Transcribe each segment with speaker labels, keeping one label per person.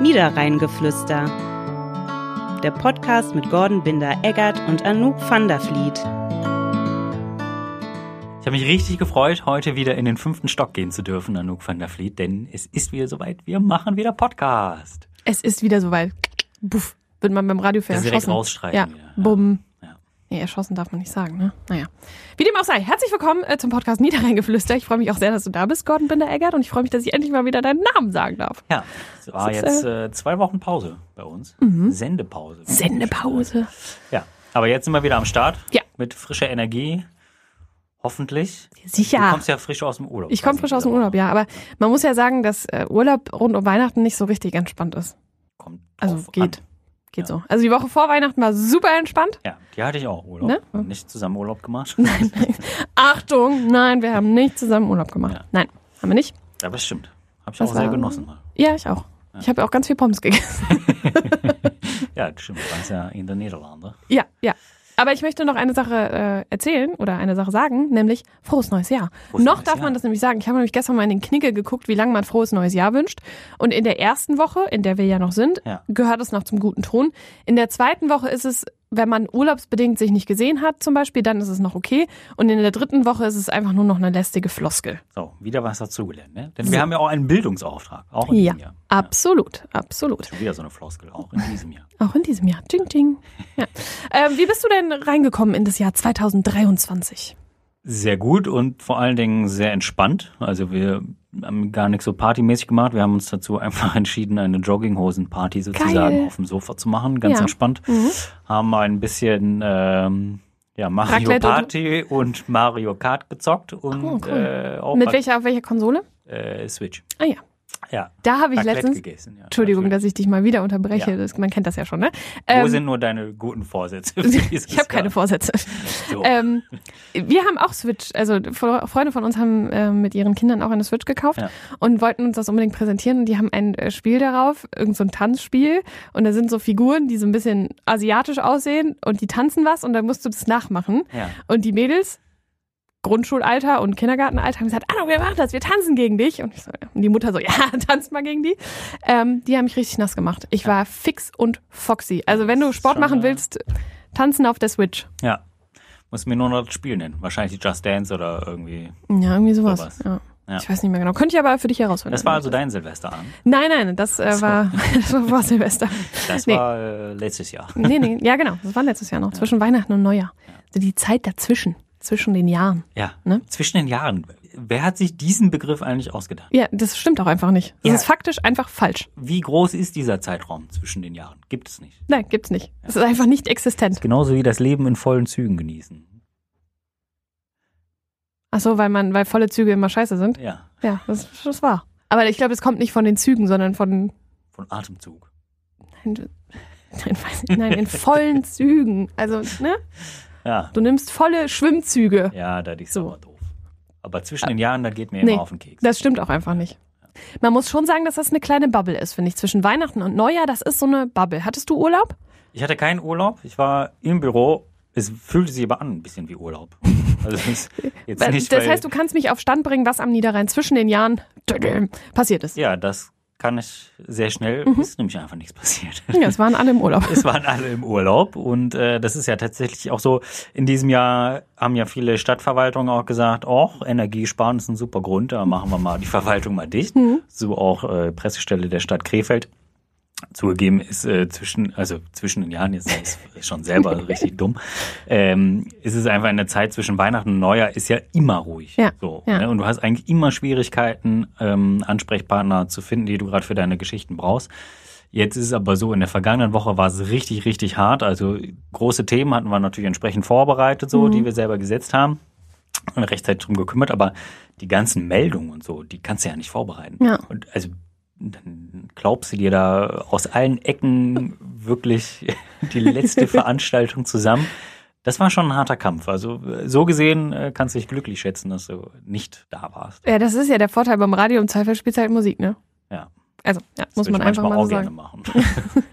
Speaker 1: Niederrheingeflüster. Der Podcast mit Gordon Binder-Eggert und Anouk van der Vliet.
Speaker 2: Ich habe mich richtig gefreut, heute wieder in den fünften Stock gehen zu dürfen, Anouk van der Vliet, denn es ist wieder soweit. Wir machen wieder Podcast.
Speaker 3: Es ist wieder soweit. Buff, wird man beim Radiofan
Speaker 2: Das direkt
Speaker 3: erschossen.
Speaker 2: rausstreichen
Speaker 3: ja,
Speaker 2: wieder.
Speaker 3: bumm.
Speaker 2: Ja.
Speaker 3: Ja, erschossen darf man nicht sagen, ne? Naja. Wie dem auch sei, herzlich willkommen äh, zum Podcast Niederrheingeflüster. Ich freue mich auch sehr, dass du da bist, Gordon Binder-Eggert, und ich freue mich, dass ich endlich mal wieder deinen Namen sagen darf.
Speaker 2: Ja, es war
Speaker 3: Es ist,
Speaker 2: jetzt äh, zwei Wochen Pause bei uns. Sendepause.
Speaker 3: Mhm. Sendepause.
Speaker 2: Ja, aber jetzt sind wir wieder am Start.
Speaker 3: Ja.
Speaker 2: Mit frischer Energie. Hoffentlich. Du
Speaker 3: Sicher.
Speaker 2: kommst ja frisch aus dem Urlaub. Also,
Speaker 3: Ich komme frisch aus dem Urlaub, ja. Aber man muss ja sagen, dass äh, Urlaub rund um Weihnachten nicht so richtig entspannt ist.
Speaker 2: Kommt
Speaker 3: Also
Speaker 2: drauf
Speaker 3: geht.
Speaker 2: An.
Speaker 3: Geht so. Also die Woche vor Weihnachten war super entspannt.
Speaker 2: Ja, die hatte ich auch Urlaub.
Speaker 3: Ne?
Speaker 2: Wir haben Nicht zusammen Urlaub gemacht.
Speaker 3: Achtung, nein, wir haben nicht zusammen Urlaub gemacht.
Speaker 2: Ja.
Speaker 3: Nein, haben wir nicht.
Speaker 2: aber es stimmt. Habe ich
Speaker 3: Das
Speaker 2: auch sehr
Speaker 3: war-
Speaker 2: genossen. Mal.
Speaker 3: Ja, ich auch. Ich habe auch ganz viel Pommes gegessen.
Speaker 2: Ja, das stimmt. Du warst ja in den Niederlanden.
Speaker 3: Ja, ja. Aber ich möchte noch eine Sache äh, erzählen oder eine Sache sagen, nämlich frohes neues Jahr.
Speaker 2: Frohes
Speaker 3: noch
Speaker 2: neues
Speaker 3: darf
Speaker 2: Jahr.
Speaker 3: man das nämlich sagen. Ich habe nämlich gestern mal in den Knicke geguckt, wie lange man frohes neues Jahr wünscht. Und in der ersten Woche, in der wir ja noch sind,
Speaker 2: Ja.
Speaker 3: gehört es noch zum guten Ton. In der zweiten Woche ist es, wenn man urlaubsbedingt sich nicht gesehen hat zum Beispiel, dann ist es noch okay. Und in der dritten Woche ist es einfach nur noch eine lästige Floskel.
Speaker 2: So, wieder was dazugelernt. Ne? Denn wir haben ja auch einen Bildungsauftrag. Auch in
Speaker 3: Ja,
Speaker 2: diesem Jahr.
Speaker 3: absolut, absolut.
Speaker 2: Schon wieder so eine Floskel. Auch in diesem Jahr.
Speaker 3: Auch in diesem Jahr. Ding, ding. Ja. Ähm, wie bist du denn reingekommen in das Jahr 2023?
Speaker 2: Sehr gut und vor allen Dingen sehr entspannt. Also wir haben gar nichts so partymäßig gemacht. Wir haben uns dazu einfach entschieden, eine Jogginghosen-Party sozusagen
Speaker 3: Geil.
Speaker 2: auf dem Sofa zu machen. Ganz
Speaker 3: Ja. Mhm.
Speaker 2: entspannt. Haben ein bisschen ähm, ja, Mario
Speaker 3: Raclette und-
Speaker 2: Party und, Mario Kart gezockt und
Speaker 3: Oh, cool.
Speaker 2: äh, auch
Speaker 3: Mit welcher, auf welcher Konsole?
Speaker 2: äh, Switch.
Speaker 3: Ah ja,
Speaker 2: Ja.
Speaker 3: da habe ich
Speaker 2: Raclette
Speaker 3: letztens.
Speaker 2: gegessen. Ja,
Speaker 3: Entschuldigung,
Speaker 2: natürlich.
Speaker 3: dass ich dich mal wieder unterbreche.
Speaker 2: Ja.
Speaker 3: Das, man kennt das ja schon, ne?
Speaker 2: Wo
Speaker 3: Ähm,
Speaker 2: sind nur deine guten Vorsätze?
Speaker 3: ich habe keine Vorsätze.
Speaker 2: So.
Speaker 3: Ähm, wir haben auch Switch, also Fre- Freunde von uns haben ähm, mit ihren Kindern auch eine Switch gekauft
Speaker 2: Ja.
Speaker 3: und wollten uns das unbedingt präsentieren. Und die haben ein äh, Spiel darauf, irgend so ein Tanzspiel. Und da sind so Figuren, die so ein bisschen asiatisch aussehen und die tanzen was und dann musst du das nachmachen.
Speaker 2: Ja.
Speaker 3: Und die Mädels, Grundschulalter und Kindergartenalter, haben gesagt, ah, wir machen das, wir tanzen gegen dich. Und, ich so, ja. und die Mutter so, ja, tanzt mal gegen die. Ähm, die haben mich richtig nass gemacht. Ich war fix und foxy. Also wenn du
Speaker 2: ist
Speaker 3: Sport
Speaker 2: schon,
Speaker 3: machen
Speaker 2: äh,
Speaker 3: willst, tanzen auf der Switch.
Speaker 2: ja. Muss mir nur noch das Spiel nennen. Wahrscheinlich Just Dance oder irgendwie.
Speaker 3: Ja, irgendwie sowas.
Speaker 2: Sowas.
Speaker 3: Ja.
Speaker 2: Ja.
Speaker 3: Ich weiß nicht mehr genau. Könnte ich aber für dich herausfinden.
Speaker 2: Das war also dein Silvesterabend.
Speaker 3: Nein, nein, das äh, war, das war vor Silvester.
Speaker 2: Das
Speaker 3: Nee.
Speaker 2: war äh, letztes Jahr.
Speaker 3: Nee, nee, ja genau. Das war letztes Jahr noch, zwischen Weihnachten und Neujahr. Also Die Zeit dazwischen, zwischen den Jahren.
Speaker 2: Ja.
Speaker 3: Ne?
Speaker 2: Zwischen den Jahren. Wer hat sich diesen Begriff eigentlich ausgedacht?
Speaker 3: Ja, das stimmt auch einfach nicht. Das
Speaker 2: Ja.
Speaker 3: ist faktisch einfach falsch.
Speaker 2: Wie groß ist dieser Zeitraum zwischen den Jahren? Gibt es nicht.
Speaker 3: Nein, gibt's nicht. Es ist einfach nicht existent.
Speaker 2: Genauso wie das Leben in vollen Zügen genießen.
Speaker 3: Ach so, weil man, weil volle Züge immer scheiße sind.
Speaker 2: Ja,
Speaker 3: Ja, das, das war. Aber ich glaube, das kommt nicht von den Zügen, sondern von
Speaker 2: von Atemzug.
Speaker 3: nein, weiß nicht, nein, in vollen Zügen. Also, ne?
Speaker 2: Ja,
Speaker 3: Du nimmst volle Schwimmzüge.
Speaker 2: ja, das ist
Speaker 3: So. Ah.
Speaker 2: aber doof. Aber zwischen den Jahren, da geht mir
Speaker 3: Nee.
Speaker 2: immer auf den Keks.
Speaker 3: Das stimmt auch einfach nicht. Man muss schon sagen, dass das eine kleine Bubble ist, finde ich. Zwischen Weihnachten und Neujahr, das ist so eine Bubble. Hattest du Urlaub?
Speaker 2: Ich hatte keinen Urlaub. Ich war im Büro. Es fühlte sich aber an ein bisschen wie Urlaub. Also es ist jetzt nicht,
Speaker 3: das
Speaker 2: weil-
Speaker 3: heißt, du kannst mich auf Stand bringen, was am Niederrhein zwischen den Jahren passiert ist.
Speaker 2: ja, das kann ich sehr schnell. Ist nämlich einfach nichts passiert.
Speaker 3: Ja, es waren alle im Urlaub.
Speaker 2: es waren alle im Urlaub und äh, das ist ja tatsächlich auch so. In diesem Jahr haben ja viele Stadtverwaltungen auch gesagt, auch Energiesparen ist ein super Grund, da machen wir mal die Verwaltung mal dicht.
Speaker 3: Mhm.
Speaker 2: So auch äh, Pressestelle der Stadt Krefeld. Zugegeben ist äh, zwischen, also zwischen den Jahren, jetzt ist ist schon selber richtig dumm, ähm, ist es einfach eine Zeit zwischen Weihnachten und Neujahr, ist ja immer ruhig.
Speaker 3: Ja,
Speaker 2: so,
Speaker 3: ja.
Speaker 2: Ne? Und du hast eigentlich immer Schwierigkeiten, ähm, Ansprechpartner zu finden, die du gerade für deine Geschichten brauchst. Jetzt ist es aber so, in der vergangenen Woche war es richtig, richtig hart. Also große Themen hatten wir natürlich entsprechend vorbereitet, so,
Speaker 3: Mhm.
Speaker 2: die wir selber gesetzt haben und rechtzeitig drum gekümmert, aber die ganzen Meldungen und so, die kannst du ja nicht vorbereiten.
Speaker 3: Ja.
Speaker 2: Und also dann glaubst du dir da aus allen Ecken wirklich die letzte Veranstaltung zusammen. Das war schon ein harter Kampf. Also so gesehen äh, kannst du dich glücklich schätzen, dass du nicht da warst.
Speaker 3: Ja, das ist ja der Vorteil beim Radio. Im Zweifel spielt halt Musik, ne?
Speaker 2: Ja.
Speaker 3: Also, ja,
Speaker 2: Das
Speaker 3: muss
Speaker 2: würd
Speaker 3: man
Speaker 2: ich
Speaker 3: einfach
Speaker 2: manchmal
Speaker 3: mal
Speaker 2: auch
Speaker 3: so sagen.
Speaker 2: gerne machen.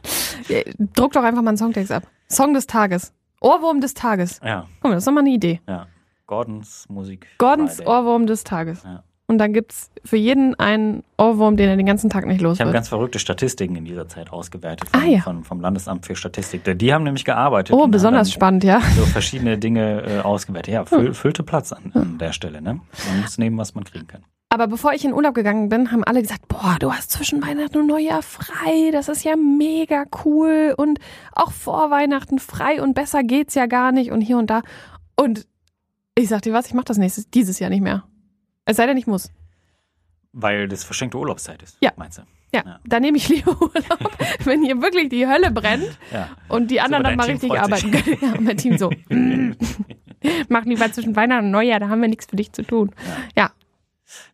Speaker 3: Ja, Druck doch einfach mal einen Songtext ab. Song des Tages. Ohrwurm des Tages.
Speaker 2: ja,
Speaker 3: Guck mal, das ist doch mal eine Idee.
Speaker 2: ja. Gordons Musik.
Speaker 3: Gordons
Speaker 2: Friday.
Speaker 3: Ohrwurm des Tages.
Speaker 2: Ja.
Speaker 3: und dann gibt's für jeden einen Ohrwurm, den er den ganzen Tag nicht los
Speaker 2: Ich habe
Speaker 3: wird.
Speaker 2: ganz verrückte Statistiken in dieser Zeit ausgewertet
Speaker 3: Ah,
Speaker 2: von,
Speaker 3: ja.
Speaker 2: von, vom Landesamt für Statistik. Die haben nämlich gearbeitet. und
Speaker 3: oh,
Speaker 2: haben
Speaker 3: besonders Hm.
Speaker 2: dann
Speaker 3: spannend, ja.
Speaker 2: So verschiedene Dinge äh, ausgewertet. Ja, füll, füllte Platz an,
Speaker 3: Hm.
Speaker 2: an der Stelle. Ne? Man muss nehmen, was man kriegen kann.
Speaker 3: Aber bevor ich in Urlaub gegangen bin, haben alle gesagt, boah, du hast zwischen Weihnachten und Neujahr frei, das ist ja mega cool und auch vor Weihnachten frei und besser geht's ja gar nicht und hier und da. Und ich sag dir was, ich mach das nächstes, dieses Jahr nicht mehr. Es sei denn, ich muss.
Speaker 2: Weil das verschenkte Urlaubszeit ist,
Speaker 3: Ja.
Speaker 2: meinst du?
Speaker 3: Ja,
Speaker 2: Ja.
Speaker 3: dann nehme ich lieber Urlaub, wenn hier wirklich die Hölle brennt
Speaker 2: Ja.
Speaker 3: und die anderen
Speaker 2: aber
Speaker 3: dann mal
Speaker 2: dein
Speaker 3: richtig
Speaker 2: Team freut
Speaker 3: arbeiten
Speaker 2: sich.
Speaker 3: können. Ja, mein Team so, "Mm, mach lieber zwischen Weihnachten und Neujahr, da haben wir nichts für dich zu tun.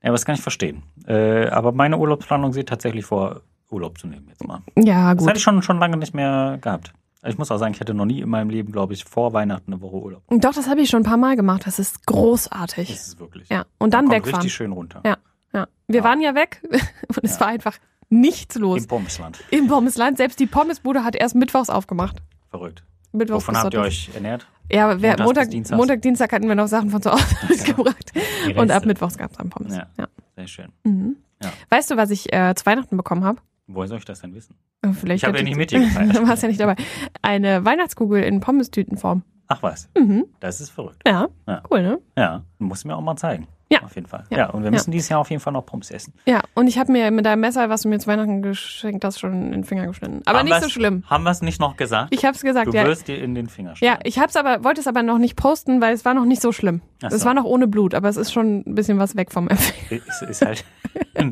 Speaker 2: Ja, aber das kann ich verstehen. Äh, aber meine Urlaubsplanung sieht tatsächlich vor, Urlaub zu nehmen jetzt mal.
Speaker 3: Ja,
Speaker 2: Das
Speaker 3: gut.
Speaker 2: hatte ich schon, schon lange nicht mehr gehabt. Also Ich muss auch sagen, ich hätte noch nie in meinem Leben, glaube ich, vor Weihnachten eine Woche Urlaub.
Speaker 3: Doch, das habe ich schon ein paar Mal gemacht. Das ist großartig.
Speaker 2: Das ist wirklich.
Speaker 3: Ja, und dann
Speaker 2: Man kommt
Speaker 3: wegfahren.
Speaker 2: richtig schön runter.
Speaker 3: Ja, ja. Wir
Speaker 2: Ja.
Speaker 3: waren ja weg und es
Speaker 2: Ja.
Speaker 3: war einfach nichts los
Speaker 2: Im Pommesland.
Speaker 3: im Pommesland. Selbst die Pommesbude hat erst mittwochs aufgemacht.
Speaker 2: Verrückt.
Speaker 3: Mittwochs
Speaker 2: Wovon
Speaker 3: bis
Speaker 2: habt ihr
Speaker 3: Sonntag.
Speaker 2: euch ernährt?
Speaker 3: Ja,
Speaker 2: Montags
Speaker 3: wer,
Speaker 2: bis
Speaker 3: Montag,
Speaker 2: Dienstags?
Speaker 3: Montag, Dienstag hatten wir noch Sachen von zu Hause mitgebracht.
Speaker 2: Die
Speaker 3: Und ab
Speaker 2: Reste.
Speaker 3: mittwochs gab es dann Pommes. Ja.
Speaker 2: Ja. Sehr schön.
Speaker 3: Mhm.
Speaker 2: Ja.
Speaker 3: Weißt du, was ich äh, zu Weihnachten bekommen habe?
Speaker 2: Woher soll ich das denn wissen?
Speaker 3: Äh,
Speaker 2: Ich
Speaker 3: Vielleicht
Speaker 2: hab
Speaker 3: hätte-
Speaker 2: ja nicht mit dir gefeiert.
Speaker 3: Du warst ja nicht dabei. Eine Weihnachtskugel in Pommes-Tütenform.
Speaker 2: Ach was,
Speaker 3: Mhm.
Speaker 2: das ist verrückt.
Speaker 3: Ja.
Speaker 2: Ja.
Speaker 3: cool, ne?
Speaker 2: Ja, muss mir auch mal zeigen.
Speaker 3: Ja.
Speaker 2: Auf jeden Fall.
Speaker 3: Ja.
Speaker 2: Ja, und wir müssen dieses Jahr auf jeden Fall noch Pommes essen.
Speaker 3: Ja, und ich habe mir mit deinem Messer, was du mir zu Weihnachten geschenkt hast, schon in den Finger geschnitten. Aber
Speaker 2: Haben
Speaker 3: nicht so
Speaker 2: wir's-
Speaker 3: schlimm.
Speaker 2: Haben wir es nicht noch gesagt?
Speaker 3: Ich habe es gesagt,
Speaker 2: Du
Speaker 3: ja.
Speaker 2: wirst dir in den Finger
Speaker 3: Ja,
Speaker 2: schneiden.
Speaker 3: ich hab's aber, wollte es aber noch nicht posten, weil es war noch nicht so schlimm.
Speaker 2: Ach
Speaker 3: Es
Speaker 2: so.
Speaker 3: war noch ohne Blut, aber es ist schon ein bisschen was weg vom Empfänger.
Speaker 2: Ist, ist halt,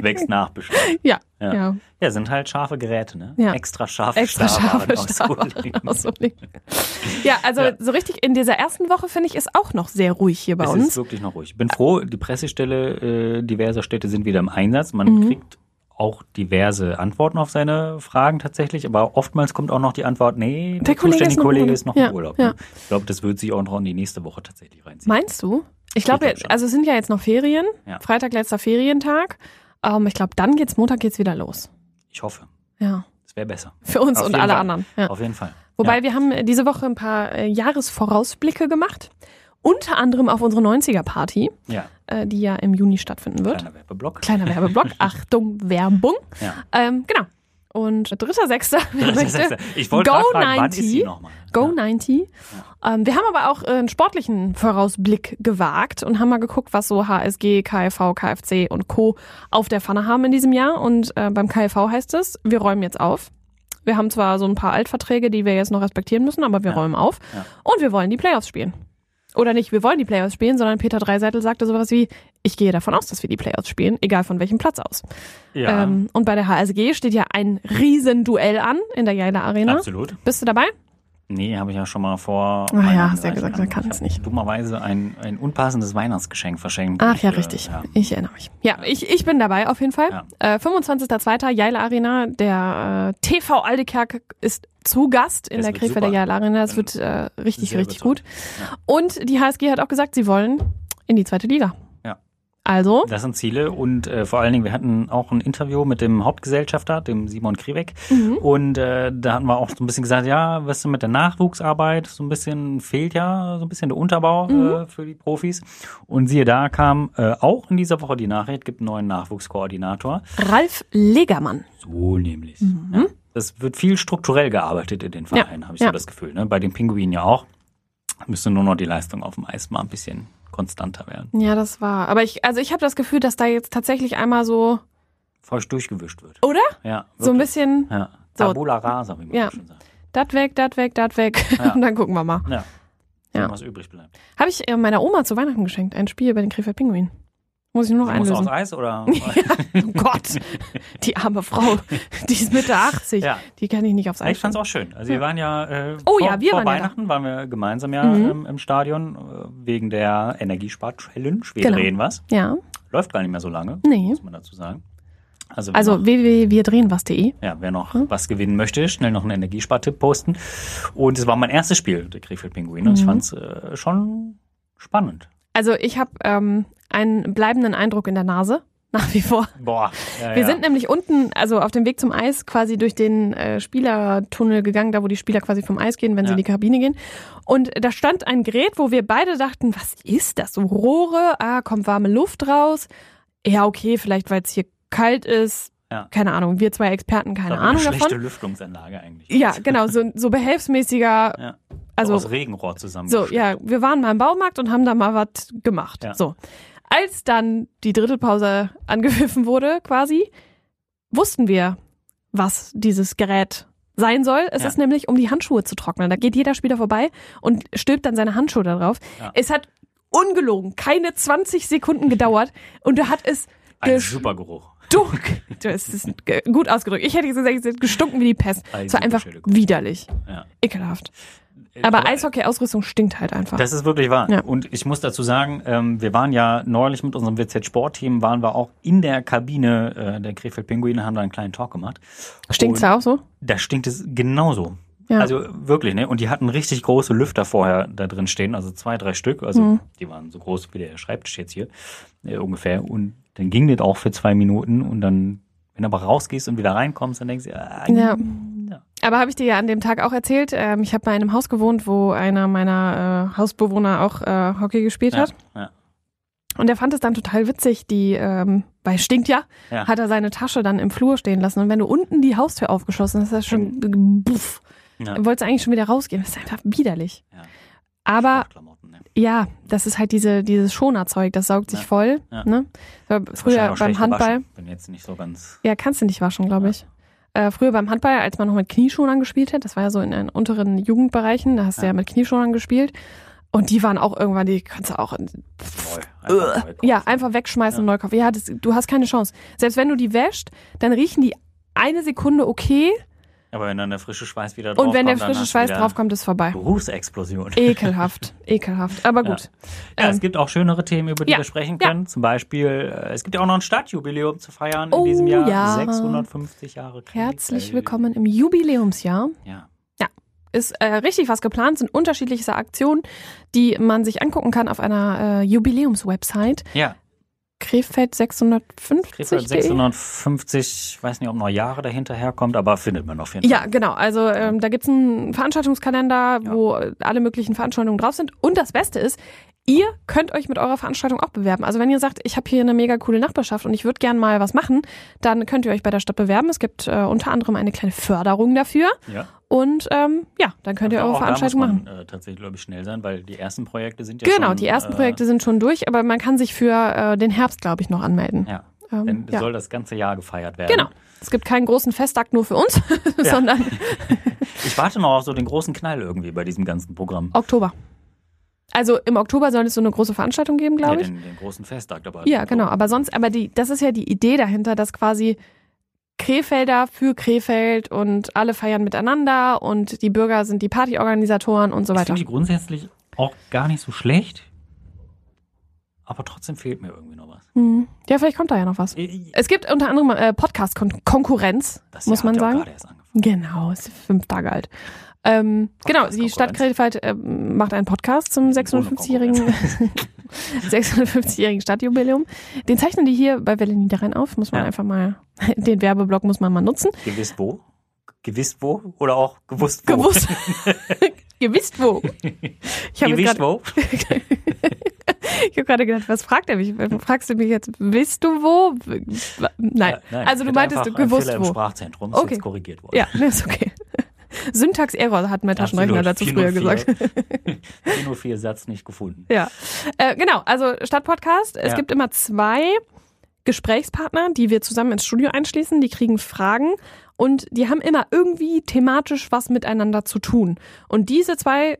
Speaker 2: wächst nach bestimmt.
Speaker 3: Ja, ja.
Speaker 2: Ja. Ja, sind halt scharfe Geräte, ne?
Speaker 3: Ja.
Speaker 2: Extra scharfe
Speaker 3: Extra scharfe
Speaker 2: Stabaren aus
Speaker 3: Stabaren
Speaker 2: Solingen.
Speaker 3: aus Solingen. Ja, also
Speaker 2: Ja.
Speaker 3: so richtig in dieser ersten Woche finde ich ist auch noch sehr ruhig hier bei
Speaker 2: es ist
Speaker 3: uns.
Speaker 2: wirklich noch ruhig. Ich bin froh, die Pressestelle äh, diverser Städte sind wieder im Einsatz. Man
Speaker 3: Mhm.
Speaker 2: kriegt auch diverse Antworten auf seine Fragen tatsächlich, aber oftmals kommt auch noch die Antwort, nee, der,
Speaker 3: Der Kollege
Speaker 2: zuständige
Speaker 3: ist noch im
Speaker 2: Kollege
Speaker 3: Urlaub.
Speaker 2: ist noch im Urlaub.
Speaker 3: Ja, ja.
Speaker 2: Ne? Ich glaube, das wird sich auch noch in die nächste Woche tatsächlich reinziehen.
Speaker 3: Meinst du? Ich glaube,
Speaker 2: glaub schon.
Speaker 3: also es sind ja jetzt noch Ferien.
Speaker 2: Ja.
Speaker 3: Freitag letzter Ferientag. Ähm, ich glaube, dann geht's Montag geht's wieder los.
Speaker 2: ich hoffe,
Speaker 3: Ja,
Speaker 2: es wäre besser.
Speaker 3: für uns
Speaker 2: Auf
Speaker 3: und
Speaker 2: jeden
Speaker 3: alle
Speaker 2: Fall.
Speaker 3: anderen. Ja.
Speaker 2: Auf jeden Fall.
Speaker 3: Wobei
Speaker 2: ja.
Speaker 3: wir haben äh, diese Woche ein paar äh, Jahresvorausblicke gemacht. Unter anderem auf unsere 90er-Party,
Speaker 2: Ja,
Speaker 3: äh, die ja im Juni stattfinden wird.
Speaker 2: kleiner Werbeblock.
Speaker 3: Kleiner Werbeblock. Achtung, Werbung.
Speaker 2: Ja.
Speaker 3: Ähm, genau. Und dritter, sechster, wer möchte,
Speaker 2: Ich wollte
Speaker 3: Go
Speaker 2: gerade fragen, wann
Speaker 3: 90.
Speaker 2: ist sie nochmal?
Speaker 3: Go
Speaker 2: ja.
Speaker 3: 90. Ähm, wir haben aber auch äh, einen sportlichen Vorausblick gewagt und haben mal geguckt, was so HSG, KFV, KFC und Co. auf der Pfanne haben in diesem Jahr. Und äh, beim KFV heißt es, wir räumen jetzt auf. Wir haben zwar so ein paar Altverträge, die wir jetzt noch respektieren müssen, aber wir
Speaker 2: Ja.
Speaker 3: räumen auf.
Speaker 2: Ja.
Speaker 3: Und wir wollen die Playoffs spielen. Oder nicht, wir wollen die Playoffs spielen, sondern Peter Dreiseitel sagte sowas wie, ich gehe davon aus, dass wir die Playoffs spielen, egal von welchem Platz aus.
Speaker 2: Ja,
Speaker 3: Ähm, und bei der HSG steht ja ein Riesenduell an in der Jailer Arena.
Speaker 2: absolut.
Speaker 3: Bist du dabei?
Speaker 2: Nee, habe ich ja schon mal vor.
Speaker 3: Ah ja,
Speaker 2: Weihnachten
Speaker 3: hast ja gesagt, man
Speaker 2: Ich
Speaker 3: kann es
Speaker 2: hab
Speaker 3: nicht.
Speaker 2: Dummerweise ein, ein unpassendes Weihnachtsgeschenk verschenkt.
Speaker 3: Ach ja,
Speaker 2: Äh,
Speaker 3: richtig.
Speaker 2: Ja.
Speaker 3: Ich erinnere mich. Ja, ich, ich bin dabei auf jeden Fall. Äh, 25.02. Jaila Arena, der äh, TV Aldekerk ist zu Gast in
Speaker 2: Es
Speaker 3: der
Speaker 2: wird
Speaker 3: Krefelder
Speaker 2: super.
Speaker 3: Jaila Arena. Es
Speaker 2: Bin
Speaker 3: wird äh, richtig,
Speaker 2: sehr
Speaker 3: richtig gut.
Speaker 2: überzeugt.
Speaker 3: Und die HSG hat auch gesagt, sie wollen in die zweite Liga.
Speaker 2: Ja.
Speaker 3: Also,
Speaker 2: Das sind Ziele und äh, vor allen Dingen, wir hatten auch ein Interview mit dem Hauptgesellschafter, dem Simon Krivek.
Speaker 3: Mhm.
Speaker 2: Und äh, da hatten wir auch so ein bisschen gesagt, ja, was ist denn mit der Nachwuchsarbeit? So ein bisschen fehlt ja so ein bisschen der Unterbau
Speaker 3: Mhm.
Speaker 2: äh, für die Profis. Und siehe da kam äh, auch in dieser Woche die Nachricht, gibt einen neuen Nachwuchskoordinator.
Speaker 3: Ralf Legermann.
Speaker 2: So nämlich. Ja. Das wird viel strukturell gearbeitet in den Vereinen, habe ich
Speaker 3: Mhm. ja.
Speaker 2: so das Gefühl. Ne? Bei den Pinguinen ja auch. Müsste nur noch die Leistung auf dem Eis mal ein bisschen konstanter werden.
Speaker 3: Ja, das war. Aber ich, also ich habe das Gefühl, dass da jetzt tatsächlich einmal so,
Speaker 2: Feucht durchgewischt wird.
Speaker 3: oder?
Speaker 2: Ja,
Speaker 3: So ein
Speaker 2: wirklich.
Speaker 3: bisschen
Speaker 2: Ja.
Speaker 3: So.
Speaker 2: Tabula rasa, wie man
Speaker 3: Ja.
Speaker 2: so schön sagt.
Speaker 3: dat weg, dat weg, dat weg.
Speaker 2: Ja.
Speaker 3: Und dann gucken wir mal.
Speaker 2: Ja.
Speaker 3: Ja.
Speaker 2: Was übrig bleibt.
Speaker 3: Habe ich äh, meiner Oma zu Weihnachten geschenkt, ein Spiel bei den Krefeld Pinguinen. Muss ich nur noch
Speaker 2: Sie muss aufs
Speaker 3: einlösen.
Speaker 2: Eis oder?
Speaker 3: Oh Gott, die arme Frau, die ist Mitte 80,
Speaker 2: Ja.
Speaker 3: die kann ich nicht aufs
Speaker 2: ich
Speaker 3: Eis
Speaker 2: fand's auch
Speaker 3: stellen.
Speaker 2: schön. Also wir waren ja äh,
Speaker 3: Oh
Speaker 2: vor,
Speaker 3: ja, wir
Speaker 2: vor
Speaker 3: waren ja da. Mhm.
Speaker 2: Weihnachten waren wir gemeinsam ja ähm, im Stadion äh, wegen der Energiespar-Challenge. Wir
Speaker 3: Genau.
Speaker 2: drehen was.
Speaker 3: Ja,
Speaker 2: Läuft gar nicht mehr so lange,
Speaker 3: Nee.
Speaker 2: muss man dazu sagen. Also, wer
Speaker 3: also
Speaker 2: noch,
Speaker 3: www.wirdrehenwas.de.
Speaker 2: ja, wer noch
Speaker 3: Hm?
Speaker 2: was gewinnen möchte, schnell noch einen Energiespartipp posten. Und es war mein erstes Spiel der Krefeld Pinguine.
Speaker 3: Mhm.
Speaker 2: Ich fand's äh, schon spannend.
Speaker 3: Also ich habe ähm, einen bleibenden Eindruck in der Nase nach wie vor.
Speaker 2: Boah. Ja,
Speaker 3: Wir
Speaker 2: ja.
Speaker 3: sind nämlich unten, also auf dem Weg zum Eis, quasi durch den äh, Spielertunnel gegangen, da wo die Spieler quasi vom Eis gehen, wenn sie
Speaker 2: Ja.
Speaker 3: in die Kabine gehen. Und da stand ein Gerät, wo wir beide dachten, was ist das? So Rohre, ah, kommt warme Luft raus. Ja, okay, vielleicht weil es hier kalt ist.
Speaker 2: Ja.
Speaker 3: Keine Ahnung, wir zwei Experten, keine
Speaker 2: Das war eine
Speaker 3: Ahnung
Speaker 2: schlechte
Speaker 3: davon.
Speaker 2: Lüftungsanlage eigentlich.
Speaker 3: Ja, genau, so, so behelfsmäßiger,
Speaker 2: Ja.
Speaker 3: also
Speaker 2: aus Regenrohr zusammen.
Speaker 3: so, ja, wir waren mal im Baumarkt und haben da mal was gemacht.
Speaker 2: Ja.
Speaker 3: So. Als dann die Drittelpause angepfiffen wurde, quasi, wussten wir, was dieses Gerät sein soll. Es
Speaker 2: Ja.
Speaker 3: ist nämlich, um die Handschuhe zu trocknen. Da geht jeder Spieler vorbei und stülpt dann seine Handschuhe da drauf.
Speaker 2: Ja.
Speaker 3: Es hat ungelogen keine 20 Sekunden gedauert und da hat es
Speaker 2: Ein
Speaker 3: gesch-
Speaker 2: super Geruch.
Speaker 3: Dunk. Das ist ge- gut ausgedrückt. Ich hätte gesagt, es hat gestunken wie die Pest.
Speaker 2: Ein Äh,
Speaker 3: es war
Speaker 2: super
Speaker 3: einfach
Speaker 2: schöner Geruch.
Speaker 3: widerlich.
Speaker 2: Ja.
Speaker 3: Ekelhaft. Aber Eishockey-Ausrüstung stinkt halt einfach.
Speaker 2: Das ist wirklich wahr.
Speaker 3: Ja.
Speaker 2: Und ich muss dazu sagen, ähm, wir waren ja neulich mit unserem WZ-Sportteam, waren wir auch in der Kabine äh, der Krefeld Pinguine, haben da einen kleinen Talk gemacht.
Speaker 3: Stinkt's da auch so?
Speaker 2: Da stinkt es genauso.
Speaker 3: Ja.
Speaker 2: Also wirklich, ne? Und die hatten richtig große Lüfter vorher da drin stehen, also zwei, drei Stück. Also
Speaker 3: Mhm.
Speaker 2: die waren so groß wie der Schreibtisch jetzt hier äh, ungefähr. Und dann ging das auch für zwei Minuten. Und dann, wenn du aber rausgehst und wieder reinkommst, dann denkst du, ah,
Speaker 3: Ja.
Speaker 2: ja.
Speaker 3: Aber habe ich dir ja an dem Tag auch erzählt, ähm, ich habe mal in einem Haus gewohnt, wo einer meiner äh, Hausbewohner auch äh, Hockey gespielt
Speaker 2: Ja,
Speaker 3: hat.
Speaker 2: ja.
Speaker 3: Und er fand es dann total witzig, die, ähm, weil es stinkt ja,
Speaker 2: Ja.
Speaker 3: hat er seine Tasche dann im Flur stehen lassen. Und wenn du unten die Haustür aufgeschlossen hast, ist das schon, buff,
Speaker 2: Ja.
Speaker 3: wolltest du eigentlich schon wieder rausgehen. Das ist einfach widerlich.
Speaker 2: Ja.
Speaker 3: Aber
Speaker 2: Sportklamotten, ne?
Speaker 3: ja, das ist halt diese, dieses Schonerzeug, das saugt sich
Speaker 2: Ja.
Speaker 3: voll.
Speaker 2: Ja.
Speaker 3: Ne? Das war
Speaker 2: Ist wahrscheinlich
Speaker 3: Früher
Speaker 2: auch
Speaker 3: beim
Speaker 2: schlecht
Speaker 3: Handball.
Speaker 2: gewaschen. Bin jetzt nicht so ganz.
Speaker 3: Ja, kannst du nicht waschen, glaube
Speaker 2: Ja.
Speaker 3: ich. Äh, früher beim Handball, als man noch mit Knieschonern gespielt hat, das war ja so in den unteren Jugendbereichen, da hast du
Speaker 2: Ja.
Speaker 3: ja mit Knieschonern gespielt. Und die waren auch irgendwann, die kannst du auch, in,
Speaker 2: Neu, einfach neu kaufen.
Speaker 3: ja, einfach wegschmeißen und neu kaufen. Ja, das, du hast keine Chance. Selbst wenn du die wäschst, dann riechen die eine Sekunde okay
Speaker 2: Aber wenn dann der frische Schweiß wieder draufkommt,
Speaker 3: und wenn der
Speaker 2: dann
Speaker 3: frische
Speaker 2: hast du
Speaker 3: Schweiß
Speaker 2: wieder
Speaker 3: draufkommt, ist vorbei.
Speaker 2: Geruchsexplosion.
Speaker 3: Ekelhaft, ekelhaft. Aber gut.
Speaker 2: Ja,
Speaker 3: Ähm,
Speaker 2: es gibt auch schönere Themen, über die
Speaker 3: ja,
Speaker 2: wir sprechen
Speaker 3: ja.
Speaker 2: können. Zum Beispiel, äh, es gibt ja auch noch ein Stadtjubiläum zu feiern in
Speaker 3: Oh,
Speaker 2: diesem Jahr.
Speaker 3: ja.
Speaker 2: 650 Jahre Krefeld.
Speaker 3: Herzlich willkommen im Jubiläumsjahr.
Speaker 2: Ja.
Speaker 3: ist äh, richtig was geplant, sind unterschiedlichste Aktionen, die man sich angucken kann auf einer äh, Jubiläums-Website.
Speaker 2: ja,
Speaker 3: Krefeld 650.
Speaker 2: Krefeld 650, ich weiß nicht, ob noch Jahre dahinterherkommt, aber findet man auf jeden
Speaker 3: Ja,
Speaker 2: Fall.
Speaker 3: genau. Also ähm, da gibt's einen Veranstaltungskalender,
Speaker 2: Ja.
Speaker 3: wo äh, alle möglichen Veranstaltungen drauf sind. Und das Beste ist, ihr könnt euch mit eurer Veranstaltung auch bewerben. Also wenn ihr sagt, ich habe hier eine mega coole Nachbarschaft und ich würde gern mal was machen, dann könnt ihr euch bei der Stadt bewerben. Es gibt äh, unter anderem eine kleine Förderung dafür.
Speaker 2: Ja.
Speaker 3: Und ähm, ja, dann könnt ihr
Speaker 2: Aber
Speaker 3: eure
Speaker 2: Also auch da
Speaker 3: Veranstaltung
Speaker 2: muss
Speaker 3: machen.
Speaker 2: man, Äh, tatsächlich, glaube ich, schnell sein, weil die ersten Projekte sind ja
Speaker 3: Genau,
Speaker 2: schon,
Speaker 3: die ersten
Speaker 2: äh,
Speaker 3: Projekte sind schon durch, aber man kann sich für äh, den Herbst, glaube ich, noch anmelden.
Speaker 2: Ja,
Speaker 3: Ähm,
Speaker 2: dann
Speaker 3: ja.
Speaker 2: soll das ganze Jahr gefeiert werden.
Speaker 3: Genau. Es gibt keinen großen Festakt nur für uns, sondern
Speaker 2: Ich warte noch auf so den großen Knall irgendwie bei diesem ganzen Programm.
Speaker 3: Oktober. Also im Oktober soll es so eine große Veranstaltung geben,
Speaker 2: Ja,
Speaker 3: glaube ich.
Speaker 2: den, den großen Festakt. Aber
Speaker 3: Ja, genau. Aber sonst, aber die, das ist ja die Idee dahinter, dass quasi Krefelder für Krefeld und alle feiern miteinander und die Bürger sind die Partyorganisatoren und so
Speaker 2: Ich
Speaker 3: weiter.
Speaker 2: finde die grundsätzlich auch gar nicht so schlecht. Aber trotzdem fehlt mir irgendwie noch was. Äh,
Speaker 3: Hm. Ja, vielleicht kommt da ja noch was.
Speaker 2: Das
Speaker 3: Es gibt unter anderem äh, Podcast-Konkurrenz, muss
Speaker 2: Jahr hat
Speaker 3: man
Speaker 2: ja auch
Speaker 3: sagen.
Speaker 2: gerade erst angefangen.
Speaker 3: Genau, ist fünf Tage alt. Ähm, genau, die
Speaker 2: Podcast-Konkurrenz.
Speaker 3: Stadt Krefeld äh, macht einen Podcast zum 650-jährigen 650-jährigen Stadtjubiläum. Den zeichnen die hier bei Welle Niederrhein auf. Muss man
Speaker 2: Ja.
Speaker 3: einfach mal, den Werbeblock muss man mal nutzen.
Speaker 2: Gewiss wo? Gewiss wo? Oder auch gewusst wo?
Speaker 3: Gewusst. Gewiss wo. Ich habe
Speaker 2: Gewiss
Speaker 3: gerade
Speaker 2: wo?
Speaker 3: ich hab gerade gedacht, was fragt er mich? Fragst du mich jetzt, wisst du wo? Nein.
Speaker 2: Ja,
Speaker 3: also du
Speaker 2: wird
Speaker 3: meintest,
Speaker 2: einfach
Speaker 3: du
Speaker 2: ein
Speaker 3: gewusst
Speaker 2: Fehler im
Speaker 3: wo.
Speaker 2: Sprachzentrum ist
Speaker 3: Okay.
Speaker 2: jetzt korrigiert worden.
Speaker 3: Ja, ne, ist okay. Syntax-Error hat mein Taschenrechner dazu früher gesagt.
Speaker 2: 404 Satz nicht gefunden.
Speaker 3: Ja, äh, genau. Also Stadtpodcast. Es
Speaker 2: Hm. Ja.
Speaker 3: gibt immer zwei Gesprächspartner, die wir zusammen ins Studio einschließen. Die kriegen Fragen und die haben immer irgendwie thematisch was miteinander zu tun. Und diese zwei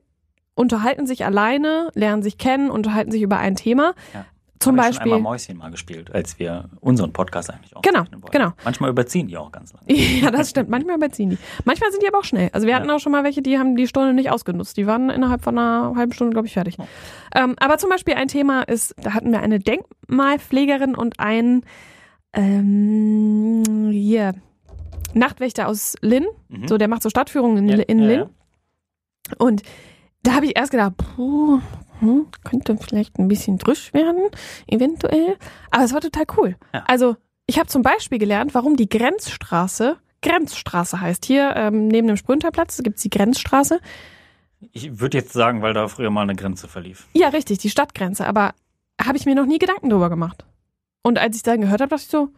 Speaker 3: unterhalten sich alleine, lernen sich kennen, unterhalten sich über ein Thema.
Speaker 2: Ja.
Speaker 3: Zum
Speaker 2: Hab ich Schon einmal
Speaker 3: Beispiel.
Speaker 2: Mäuschen mal gespielt, als wir unseren Podcast eigentlich auch
Speaker 3: Genau, genau.
Speaker 2: Manchmal überziehen die auch ganz lange.
Speaker 3: Ja, das stimmt. Manchmal überziehen die. Manchmal sind die aber auch schnell. Also wir hatten
Speaker 2: Ja.
Speaker 3: auch schon mal welche, die haben die Stunde nicht ausgenutzt. Die waren innerhalb von einer halben Stunde, glaube ich, fertig. Ähm, aber zum Beispiel ein Thema ist, da hatten wir eine Denkmalpflegerin und einen ähm, hier, Nachtwächter aus Linn.
Speaker 2: Mhm.
Speaker 3: So, der macht so Stadtführungen in,
Speaker 2: Ja,
Speaker 3: in
Speaker 2: ja,
Speaker 3: Linn.
Speaker 2: ja.
Speaker 3: Und da habe ich erst gedacht, puh, hm, könnte vielleicht ein bisschen drisch werden, eventuell. Aber es war total cool.
Speaker 2: Ja.
Speaker 3: Also ich habe zum Beispiel gelernt, warum die Grenzstraße Grenzstraße heißt. Hier ähm, neben dem Sprinterplatz gibt's die Grenzstraße.
Speaker 2: Ich würde jetzt sagen, weil da früher mal eine Grenze verlief.
Speaker 3: Ja, richtig, die Stadtgrenze. Aber habe ich mir noch nie Gedanken drüber gemacht. Und als ich dann gehört habe, dachte ich so,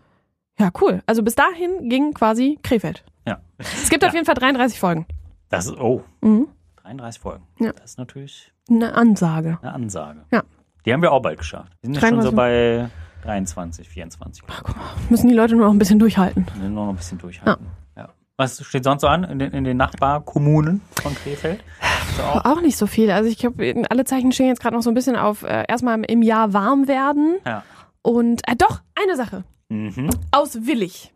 Speaker 3: ja, cool. Also bis dahin ging quasi Krefeld.
Speaker 2: Ja.
Speaker 3: Es gibt auf
Speaker 2: Ja.
Speaker 3: jeden Fall 33 Folgen.
Speaker 2: Das ist, oh,
Speaker 3: Mhm.
Speaker 2: 33 Folgen.
Speaker 3: Ja.
Speaker 2: Das ist natürlich
Speaker 3: Eine Ansage.
Speaker 2: eine Ansage.
Speaker 3: Ja.
Speaker 2: Die haben wir auch bald geschafft. Wir sind jetzt schon so
Speaker 3: 33.
Speaker 2: bei 23, 24.
Speaker 3: Ach, guck mal, müssen die Leute nur noch ein bisschen durchhalten.
Speaker 2: Wir sind noch ein bisschen durchhalten. Ja. Was steht sonst so an in den, in den Nachbarkommunen von Krefeld? Ist da auch-
Speaker 3: Auch nicht so viel. Also ich glaube, alle Zeichen stehen jetzt gerade noch so ein bisschen auf äh, erstmal im Jahr warm werden.
Speaker 2: Ja.
Speaker 3: Und äh, doch, eine Sache.
Speaker 2: Mhm.
Speaker 3: Aus Willig.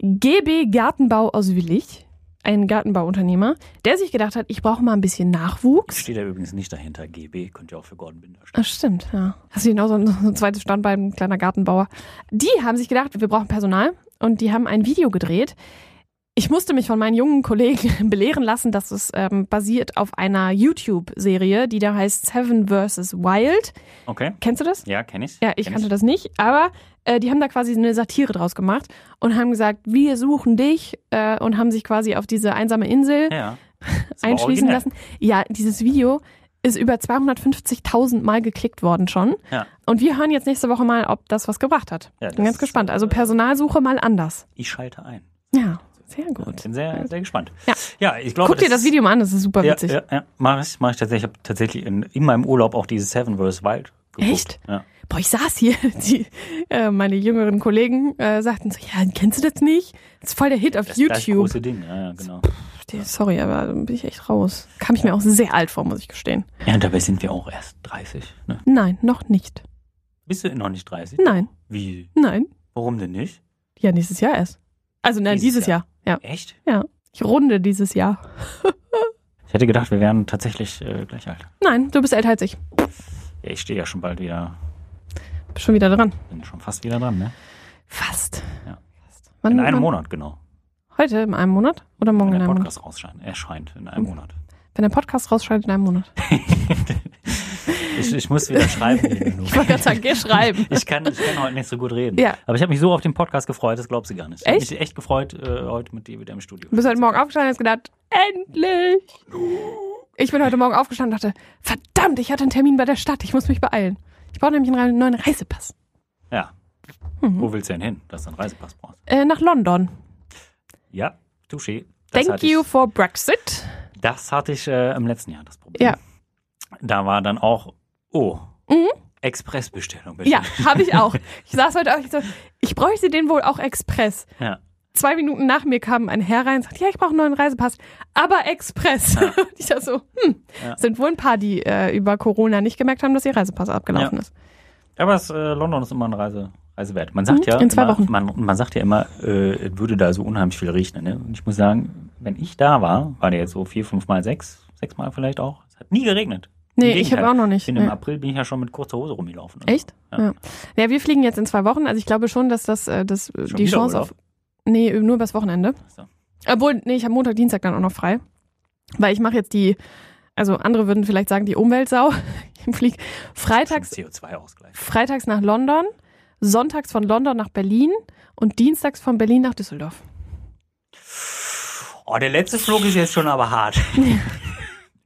Speaker 3: GB Gartenbau aus Willig. Ein Gartenbauunternehmer, der sich gedacht hat, ich brauche mal ein bisschen Nachwuchs.
Speaker 2: Steht ja übrigens nicht dahinter. GB könnte ja auch für Gordon Binder stehen.
Speaker 3: Ach, stimmt, ja. Hast du genau so ein, so ein zweites Standbein, ein kleiner Gartenbauer. Die haben sich gedacht, wir brauchen Personal und die haben ein Video gedreht. Ich musste mich von meinen jungen Kollegen belehren lassen, dass es ähm, basiert auf einer YouTube-Serie, die da heißt Seven vs. Wild.
Speaker 2: Okay.
Speaker 3: Kennst du das?
Speaker 2: Ja, kenne ich.
Speaker 3: Ja, ich
Speaker 2: Kenn
Speaker 3: kannte das nicht, aber äh, die haben da quasi eine Satire draus gemacht und haben gesagt, wir suchen dich äh, und haben sich quasi auf diese einsame Insel
Speaker 2: Ja. Das war
Speaker 3: einschließen
Speaker 2: originell.
Speaker 3: lassen. Ja, dieses Video ist über 250.000 Mal geklickt worden schon.
Speaker 2: Ja.
Speaker 3: Und wir hören jetzt nächste Woche mal, ob das was gebracht hat.
Speaker 2: Ja, das
Speaker 3: Bin ganz
Speaker 2: ist,
Speaker 3: gespannt. Also
Speaker 2: äh,
Speaker 3: Personalsuche mal anders.
Speaker 2: Ich schalte ein.
Speaker 3: Ja, sehr gut.
Speaker 2: Bin sehr, sehr gespannt.
Speaker 3: Ja.
Speaker 2: ja ich glaube.
Speaker 3: Guck dir das Video mal an, das ist super
Speaker 2: ja,
Speaker 3: witzig.
Speaker 2: ja, ja, mach ich, mach ich tatsächlich. Ich habe tatsächlich in, in meinem Urlaub auch dieses Seven vs. Wild geguckt.
Speaker 3: Echt?
Speaker 2: Ja.
Speaker 3: Boah, ich saß hier, die, äh, meine jüngeren Kollegen äh, sagten so, ja, kennst du das nicht? Das ist voll der Hit auf
Speaker 2: Das, das
Speaker 3: YouTube.
Speaker 2: große Ding, ja, ja, genau.
Speaker 3: Die- Sorry, aber da bin ich echt raus. Kam ich mir auch sehr alt vor, muss ich gestehen.
Speaker 2: Ja, und dabei sind wir auch erst 30. Ne?
Speaker 3: Nein, noch nicht.
Speaker 2: Bist du noch nicht 30?
Speaker 3: Nein,
Speaker 2: Wie?
Speaker 3: nein.
Speaker 2: Warum denn nicht?
Speaker 3: Ja, nächstes Jahr erst. Also nein,
Speaker 2: Dieses
Speaker 3: dieses, Jahr. Ja,
Speaker 2: Echt?
Speaker 3: ich runde dieses Jahr.
Speaker 2: Ich hätte gedacht, wir wären tatsächlich äh, gleich alt.
Speaker 3: Nein, du bist älter als ich.
Speaker 2: Ja, ich stehe ja schon bald wieder,
Speaker 3: Bist schon wieder dran.
Speaker 2: bin schon fast wieder dran, ne?
Speaker 3: Fast.
Speaker 2: Ja.
Speaker 3: Fast. Wann,
Speaker 2: In einem
Speaker 3: wann?
Speaker 2: Monat, genau.
Speaker 3: Heute in einem Monat oder morgen
Speaker 2: Wenn der
Speaker 3: in einem Monat?
Speaker 2: Podcast rausscheint, erscheint in einem Monat.
Speaker 3: Wenn der Podcast rausschaltet in einem Monat.
Speaker 2: Ich, ich muss wieder schreiben. liebe Lu.
Speaker 3: Ich wollte gerade sagen, geh schreiben.
Speaker 2: Ich kann, ich kann heute nicht so gut reden.
Speaker 3: Ja.
Speaker 2: Aber ich habe mich so auf den Podcast gefreut, das glaubst du gar nicht. Ich
Speaker 3: Echt?
Speaker 2: habe mich echt gefreut, äh, heute mit dir wieder im Studio.
Speaker 3: Du bist heute Morgen aufgestanden und hast gedacht, endlich. Ich bin heute Morgen aufgestanden und dachte, verdammt, ich hatte einen Termin bei der Stadt. Ich muss mich beeilen. Ich brauche nämlich einen neuen Reisepass.
Speaker 2: Ja.
Speaker 3: Mhm.
Speaker 2: Wo willst du denn hin, dass du einen Reisepass brauchst?
Speaker 3: Äh, nach London.
Speaker 2: Ja, touché. Das
Speaker 3: Thank
Speaker 2: hatte
Speaker 3: you
Speaker 2: Ich,
Speaker 3: for Brexit.
Speaker 2: das hatte ich äh, im letzten Jahr, das Problem.
Speaker 3: Ja.
Speaker 2: Da war dann auch, oh,
Speaker 3: Mhm.
Speaker 2: Expressbestellung. bitte.
Speaker 3: Ja, habe ich auch. Ich saß heute auch, ich so, ich bräuchte den wohl auch express.
Speaker 2: ja.
Speaker 3: Zwei Minuten nach mir kam ein Herr rein und sagte, ja, ich brauche einen neuen Reisepass, aber express. Und ich dachte so, hm,
Speaker 2: Ja.
Speaker 3: sind wohl ein paar, die äh, über Corona nicht gemerkt haben, dass ihr Reisepass abgelaufen
Speaker 2: Ja.
Speaker 3: ist.
Speaker 2: Aber es, äh, London ist immer eine Reise, Reise wert. Man sagt
Speaker 3: Mhm,
Speaker 2: ja,
Speaker 3: in zwei
Speaker 2: immer,
Speaker 3: Wochen.
Speaker 2: Man, man sagt ja immer, äh, es würde da so unheimlich viel regnen. Ne? Und ich muss sagen, wenn ich da war, war der jetzt so vier, fünf Mal, sechs, sechs Mal vielleicht auch. Es hat nie geregnet.
Speaker 3: Nee,
Speaker 2: Im
Speaker 3: ich habe
Speaker 2: Gegenteil.
Speaker 3: auch noch
Speaker 2: Ich
Speaker 3: nicht.
Speaker 2: bin
Speaker 3: Nee.
Speaker 2: im April bin ich ja schon mit kurzer Hose rumgelaufen.
Speaker 3: Echt?
Speaker 2: Ja.
Speaker 3: Ja. ja. wir fliegen jetzt in zwei Wochen. Also ich glaube schon, dass das, äh, das äh,
Speaker 2: Schon
Speaker 3: die
Speaker 2: wieder
Speaker 3: Chance
Speaker 2: Urlaub?
Speaker 3: auf. Nee, nur übers Wochenende.
Speaker 2: Ach so.
Speaker 3: Obwohl, nee, ich habe Montag, Dienstag dann auch noch frei. Weil ich mache jetzt die, also andere würden vielleicht sagen, die Umweltsau. Ich fliege freitags,
Speaker 2: CO2-Ausgleich.
Speaker 3: freitags nach London, sonntags von London nach Berlin und dienstags von Berlin nach Düsseldorf.
Speaker 2: Oh, der letzte Flug ist jetzt schon aber hart.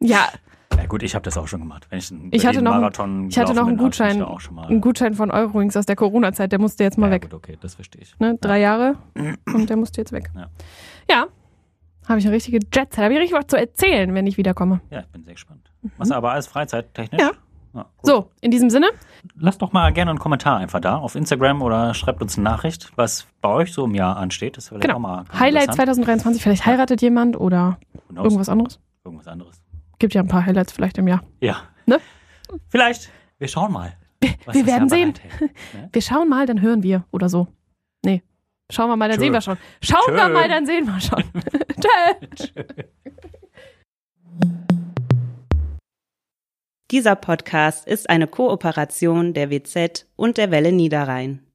Speaker 3: Ja,
Speaker 2: Ja gut, ich habe das auch schon gemacht. Wenn ich, einen
Speaker 3: Ich hatte noch einen-
Speaker 2: Marathon
Speaker 3: ich hatte noch einen
Speaker 2: Bin,
Speaker 3: Gutschein-
Speaker 2: hab ich da auch schon mal.
Speaker 3: ein Gutschein von Eurowings aus der Corona-Zeit, der musste jetzt mal
Speaker 2: ja,
Speaker 3: weg.
Speaker 2: Gut, okay, das verstehe ich.
Speaker 3: Ne? Drei Jahre und der musste jetzt weg.
Speaker 2: Ja.
Speaker 3: ja. Habe ich eine richtige Jet-Set. Habe ich richtig was zu erzählen, wenn ich wiederkomme.
Speaker 2: Ja, ich bin sehr gespannt. Was aber alles freizeittechnisch?
Speaker 3: Ja.
Speaker 2: ja cool.
Speaker 3: So, in diesem Sinne,
Speaker 2: Lasst doch mal gerne einen Kommentar einfach da auf Instagram oder schreibt uns eine Nachricht, was bei euch so im Jahr ansteht. Das wäre
Speaker 3: Genau.
Speaker 2: auch mal ganz
Speaker 3: Highlight
Speaker 2: interessant.
Speaker 3: 2023, vielleicht heiratet jemand oder
Speaker 2: Who knows?
Speaker 3: irgendwas anderes.
Speaker 2: Irgendwas anderes.
Speaker 3: Gibt ja ein paar Highlights vielleicht im Jahr.
Speaker 2: Ja.
Speaker 3: Ne?
Speaker 2: Vielleicht. Wir schauen mal. was
Speaker 3: wir
Speaker 2: das Jahr
Speaker 3: werden sehen.
Speaker 2: bereithält.
Speaker 3: Wir schauen mal, dann hören wir oder so. Nee, schauen wir mal, dann
Speaker 2: Tschö.
Speaker 3: sehen wir schon. Schauen
Speaker 2: Tschö.
Speaker 3: wir mal, dann sehen wir schon. Tschö.
Speaker 1: Dieser Podcast ist eine Kooperation der WZ und der Welle Niederrhein.